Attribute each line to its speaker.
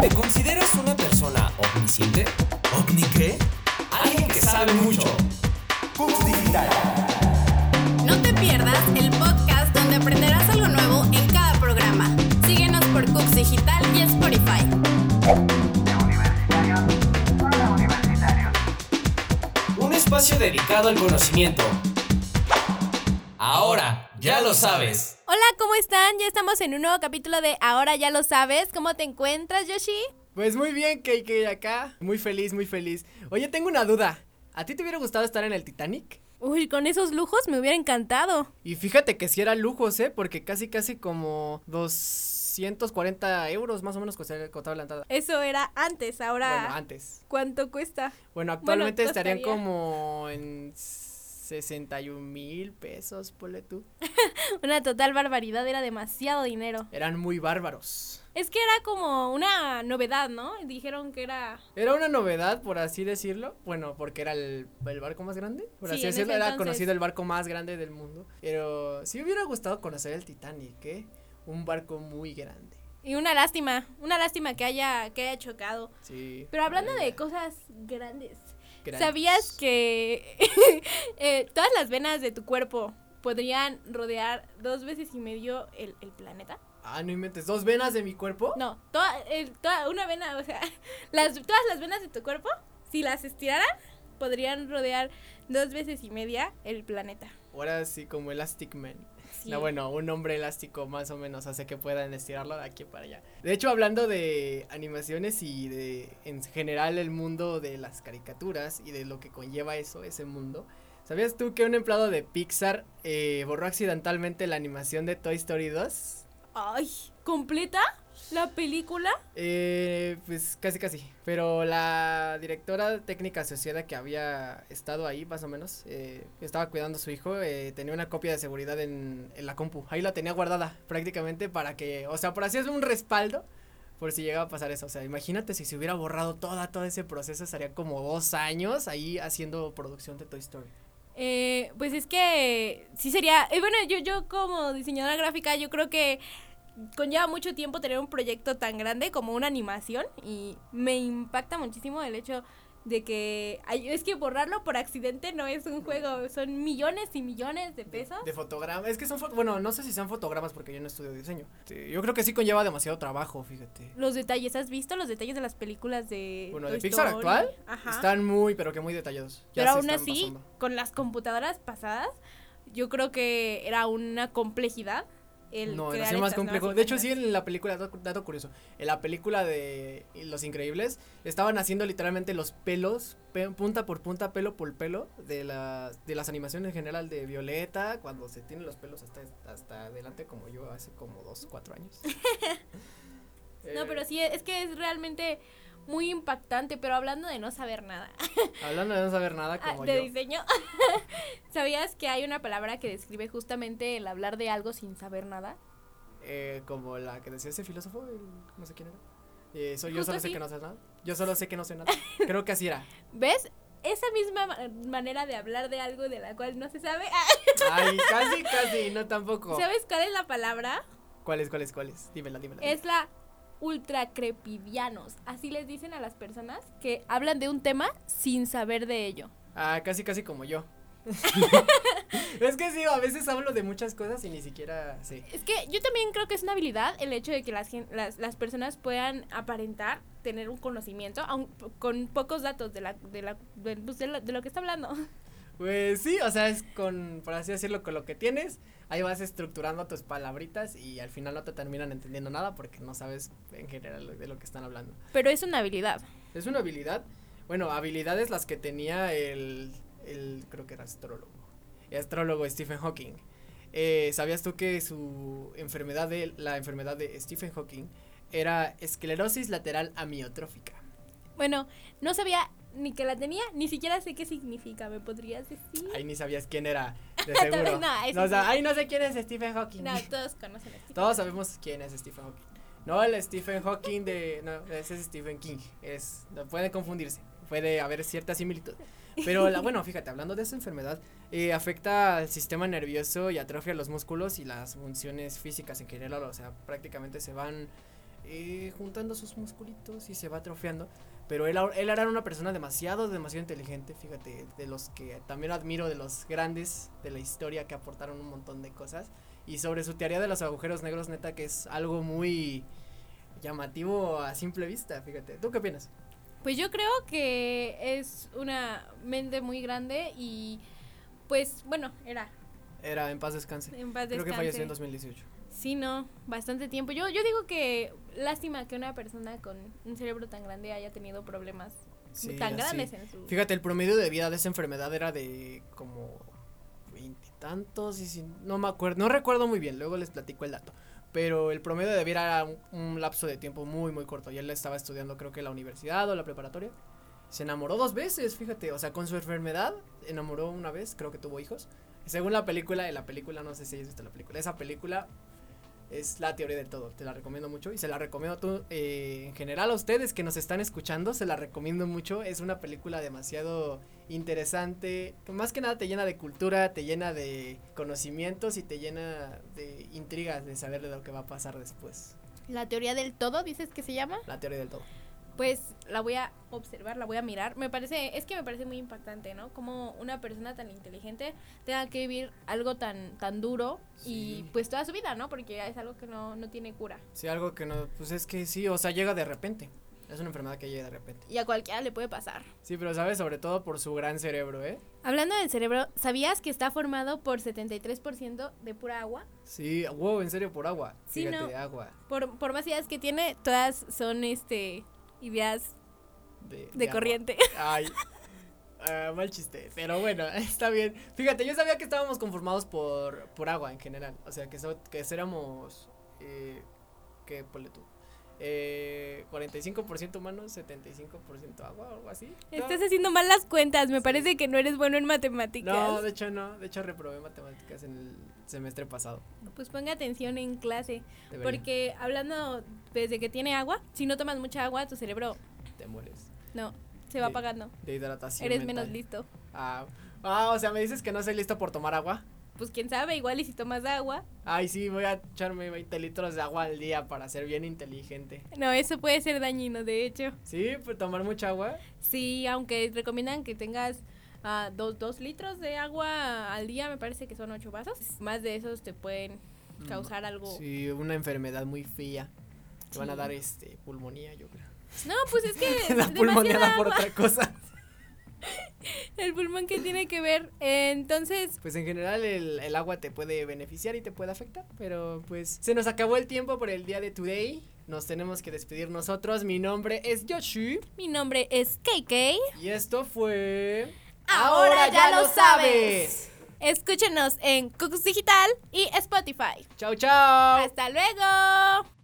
Speaker 1: ¿Te consideras una persona omnisciente?
Speaker 2: ¿Ovni qué?
Speaker 1: Alguien que sabe mucho.
Speaker 2: Cooks Digital.
Speaker 3: No te pierdas el podcast donde aprenderás algo nuevo en cada programa. Síguenos por Cooks Digital y Spotify.
Speaker 1: Un espacio dedicado al conocimiento. Ahora, ya lo sabes.
Speaker 3: Hola, ¿cómo están? Ya estamos en un nuevo capítulo de Ahora ya lo sabes. ¿Cómo te encuentras, Yoshi?
Speaker 4: Pues muy bien, Keike, acá. Muy feliz, muy feliz. Oye, tengo una duda. ¿A ti te hubiera gustado estar en el Titanic?
Speaker 3: Uy, con esos lujos me hubiera encantado.
Speaker 4: Y fíjate que si era lujos, ¿eh? Porque casi, casi como 240 euros más o menos costaba costaba la entrada.
Speaker 3: Eso era antes, ahora
Speaker 4: Bueno, antes.
Speaker 3: ¿cuánto cuesta?
Speaker 4: Bueno, actualmente
Speaker 3: Bueno,
Speaker 4: estarían
Speaker 3: costaría.
Speaker 4: como en 61 mil pesos, ponle tú.
Speaker 3: Una total barbaridad, era demasiado dinero.
Speaker 4: Eran muy bárbaros.
Speaker 3: Es que era como una novedad, ¿no? Dijeron que era...
Speaker 4: Era una novedad, por así decirlo. Bueno, porque era el, el barco más grande. Por
Speaker 3: Sí,
Speaker 4: así
Speaker 3: en ese
Speaker 4: decirlo, era
Speaker 3: entonces.
Speaker 4: conocido el barco más grande del mundo. Pero sí me hubiera gustado conocer el Titanic, ¿eh? Un barco muy grande.
Speaker 3: Y una lástima, una lástima que haya, que haya chocado.
Speaker 4: Sí.
Speaker 3: Pero hablando
Speaker 4: Ay,
Speaker 3: de cosas grandes,
Speaker 4: grandes.
Speaker 3: ¿Sabías que eh, todas las venas de tu cuerpo podrían rodear dos veces y medio el, el planeta?
Speaker 4: Ah, no inventes. ¿Dos venas de mi cuerpo?
Speaker 3: No, toda, el- toda- una vena, o sea, las, todas las venas de tu cuerpo, si las estiraran, podrían rodear dos veces y media el planeta.
Speaker 4: Ahora sí, como Elastic Man.
Speaker 3: Sí.
Speaker 4: No, bueno, un hombre elástico más o menos hace que puedan estirarlo de aquí para allá. De hecho, hablando de animaciones y de en general el mundo de las caricaturas y de lo que conlleva eso, ese mundo. ¿Sabías tú que un empleado de Pixar eh, borró accidentalmente la animación de Toy Story 2?
Speaker 3: Ay, ¿completa la película?
Speaker 4: Eh, pues casi casi. Pero la directora técnica asociada que había estado ahí, más o menos, eh, estaba cuidando a su hijo, eh, tenía una copia de seguridad en, en la compu. Ahí la tenía guardada prácticamente para que, o sea, por así es un respaldo. Por si llegaba a pasar eso. O sea, imagínate si se hubiera borrado toda, todo ese proceso, estaría como dos años ahí haciendo producción de Toy Story.
Speaker 3: Eh, pues es que sí sería, eh, bueno, yo, yo como diseñadora gráfica, yo creo que conlleva mucho tiempo tener un proyecto tan grande como una animación y me impacta muchísimo el hecho de que ay, es que borrarlo por accidente no es un juego, son millones y millones de pesos.
Speaker 4: De fotogramas. Es que son, fo- bueno, no sé si sean fotogramas porque yo no estudio diseño. Sí, yo creo que sí conlleva demasiado trabajo, fíjate.
Speaker 3: Los detalles, ¿has visto los detalles de las películas de
Speaker 4: Bueno,
Speaker 3: Toy
Speaker 4: de Pixar
Speaker 3: Story?
Speaker 4: actual,
Speaker 3: Ajá.
Speaker 4: Están muy, pero que muy detallados. Ya
Speaker 3: Pero
Speaker 4: se
Speaker 3: aún
Speaker 4: están
Speaker 3: así,
Speaker 4: pasando.
Speaker 3: con las computadoras pasadas, yo creo que era una complejidad el
Speaker 4: no, era
Speaker 3: crear
Speaker 4: así más
Speaker 3: estas
Speaker 4: complejo.
Speaker 3: nuevas
Speaker 4: De hecho,
Speaker 3: imágenes.
Speaker 4: sí, en la película, dato, dato curioso, en la película de Los Increíbles, estaban haciendo literalmente los pelos, pe- punta por punta, pelo por pelo, de las, de las animaciones en general de Violeta, cuando se tienen los pelos hasta, hasta adelante, como yo hace como dos, cuatro años.
Speaker 3: No,
Speaker 4: Eh,
Speaker 3: pero sí, es que es realmente muy impactante, pero hablando de no saber nada
Speaker 4: Hablando de no saber nada,
Speaker 3: ah,
Speaker 4: como
Speaker 3: de
Speaker 4: yo.
Speaker 3: diseño, ¿sabías que hay una palabra que describe justamente el hablar de algo sin saber nada?
Speaker 4: eh, como la que decía ese filósofo, el- no sé quién era. Eh, soy yo
Speaker 3: Justo
Speaker 4: solo
Speaker 3: así.
Speaker 4: sé que no sé nada. Yo solo sé que no sé nada. Creo que así era.
Speaker 3: ¿Ves? Esa misma ma- manera de hablar de algo de la cual no se sabe. Ah,
Speaker 4: Ay, casi, casi, no tampoco.
Speaker 3: ¿Sabes cuál es la palabra?
Speaker 4: ¿Cuáles, cuáles, cuáles? Dímela, dímela.
Speaker 3: Es la ultracrepidianos. Así les dicen a las personas que hablan de un tema sin saber de ello.
Speaker 4: Ah, casi, casi como yo. es que sí, a veces hablo de muchas cosas y ni siquiera sé.
Speaker 3: Es que yo también creo que es una habilidad el hecho de que las, gen- las, las personas puedan aparentar tener un conocimiento aun po- con pocos datos de, la, de, la, de, pues, de lo, de lo que está hablando.
Speaker 4: Pues sí, o sea, es con, por así decirlo, con lo que tienes. Ahí vas estructurando tus palabritas y al final no te terminan entendiendo nada porque no sabes en general de lo que están hablando.
Speaker 3: Pero es una habilidad.
Speaker 4: Es una habilidad. Bueno, habilidades las que tenía el, el creo que era astrólogo. El astrólogo Stephen Hawking. Eh, ¿Sabías tú que su enfermedad de la enfermedad de Stephen Hawking era esclerosis lateral amiotrófica?
Speaker 3: Bueno, no sabía ni que la tenía, ni siquiera sé qué significa. ¿Me podrías decir?
Speaker 4: Ahí ni sabías quién era, de seguro.
Speaker 3: No, eso
Speaker 4: o sea,
Speaker 3: sí.
Speaker 4: ay, no sé quién es Stephen Hawking.
Speaker 3: No, todos conocen a Stephen.
Speaker 4: Todos sabemos quién es Stephen Hawking. No el Stephen Hawking de. No, ese es Stephen King. Es, no, pueden confundirse. Puede haber cierta similitud. Pero la, bueno, fíjate, hablando de esa enfermedad, eh, afecta al sistema nervioso y atrofia los músculos y las funciones físicas en general. O sea, prácticamente se van eh, juntando sus musculitos y se va atrofiando. Pero él, ahor- él era una persona demasiado, demasiado inteligente, fíjate, de los que también admiro, de los grandes de la historia que aportaron un montón de cosas. Y sobre su teoría de los agujeros negros, neta, que es algo muy llamativo a simple vista, fíjate. ¿Tú qué opinas?
Speaker 3: Pues yo creo que es una mente muy grande y pues bueno, era
Speaker 4: Era en paz descanse.
Speaker 3: en paz
Speaker 4: Creo que falleció
Speaker 3: descanse.
Speaker 4: en 2018.
Speaker 3: Sí, no, bastante tiempo. Yo, yo digo que lástima que una persona con un cerebro tan grande haya tenido problemas
Speaker 4: Sí,
Speaker 3: tan
Speaker 4: así.
Speaker 3: grandes en su...
Speaker 4: Fíjate, el promedio de vida de esa enfermedad era de como veintitantos y, si- no me acuerdo, no recuerdo muy bien, luego les platico el dato. Pero el promedio de vida era un, un lapso de tiempo muy, muy corto. Y él estaba estudiando, creo que la universidad o la preparatoria. Se enamoró dos veces, fíjate. O sea, con su enfermedad, enamoró una vez, creo que tuvo hijos. Según la película, en la película, no sé si has visto la película, esa película es la teoría del todo. Te la recomiendo mucho y se la recomiendo tú, eh, en general a ustedes que nos están escuchando, se la recomiendo mucho. Es una película demasiado interesante, que más que nada te llena de cultura, te llena de conocimientos y te llena de intrigas de saber de lo que va a pasar después.
Speaker 3: La teoría del todo, dices que se llama.
Speaker 4: La teoría del todo.
Speaker 3: Pues la voy a observar, la voy a mirar. Me parece, es que me parece muy impactante, ¿no? Como una persona tan inteligente tenga que vivir algo tan, tan duro
Speaker 4: Sí.
Speaker 3: y pues toda su vida, ¿no? Porque es algo que no, no tiene cura.
Speaker 4: Sí, algo que no, pues es que sí, o sea, llega de repente. Es una enfermedad que llega de repente.
Speaker 3: Y a cualquiera le puede pasar.
Speaker 4: Sí, pero sabes, sobre todo por su gran cerebro, ¿eh?
Speaker 3: Hablando del cerebro, ¿sabías que está formado por 73% de pura agua?
Speaker 4: Sí, wow, en serio, por agua.
Speaker 3: Sí,
Speaker 4: Fíjate,
Speaker 3: no.
Speaker 4: agua.
Speaker 3: Por, por más ideas que tiene, todas son este ideas
Speaker 4: De,
Speaker 3: de
Speaker 4: agua.
Speaker 3: corriente.
Speaker 4: Ay. ah, mal chiste, pero bueno, está bien. Fíjate, yo sabía que estábamos conformados por, por agua en general. O sea, que, so- que éramos. Eh, ¿Qué ponle tú? Eh, 45% humanos, 75% agua o algo así. No,
Speaker 3: Estás haciendo mal las cuentas, me
Speaker 4: Sí.
Speaker 3: parece que no eres bueno en matemáticas.
Speaker 4: no, de hecho no. De hecho reprobé matemáticas en el semestre pasado.
Speaker 3: Pues ponga atención en clase.
Speaker 4: Debería,
Speaker 3: Porque hablando desde que tiene agua, si no tomas mucha agua, tu cerebro
Speaker 4: Te mueres.
Speaker 3: no se va
Speaker 4: Sí.
Speaker 3: apagando.
Speaker 4: De hidratación
Speaker 3: Eres
Speaker 4: mental.
Speaker 3: menos listo.
Speaker 4: Ah, ah, o sea, me dices que no soy listo por tomar agua.
Speaker 3: Pues quién sabe, igual y si tomas agua.
Speaker 4: Ay, sí, voy a echarme 20 litros de agua al día para ser bien inteligente.
Speaker 3: No, eso puede ser dañino, de hecho.
Speaker 4: Sí, pues tomar mucha agua.
Speaker 3: Sí, aunque recomiendan que tengas ah, dos, dos litros de agua al día, me parece que son ocho vasos. Más de esos te pueden causar algo.
Speaker 4: Mm, Sí, una enfermedad muy fría. Te van a
Speaker 3: Oh. Sí.
Speaker 4: dar este pulmonía, yo creo.
Speaker 3: No, pues es que
Speaker 4: La pulmonía
Speaker 3: demasiada
Speaker 4: da por
Speaker 3: agua.
Speaker 4: otra cosa.
Speaker 3: el pulmón que tiene que ver. Entonces,
Speaker 4: Pues en general el, el agua te puede beneficiar y te puede afectar, pero pues se nos acabó el tiempo por el día de today. Nos tenemos que despedir nosotros. Mi nombre es Yoshi
Speaker 3: mi nombre es KK.
Speaker 4: y esto fue
Speaker 3: Ahora ya lo sabes. Escúchenos en Cucus Digital y Spotify.
Speaker 4: Chao, chao.
Speaker 3: Hasta luego.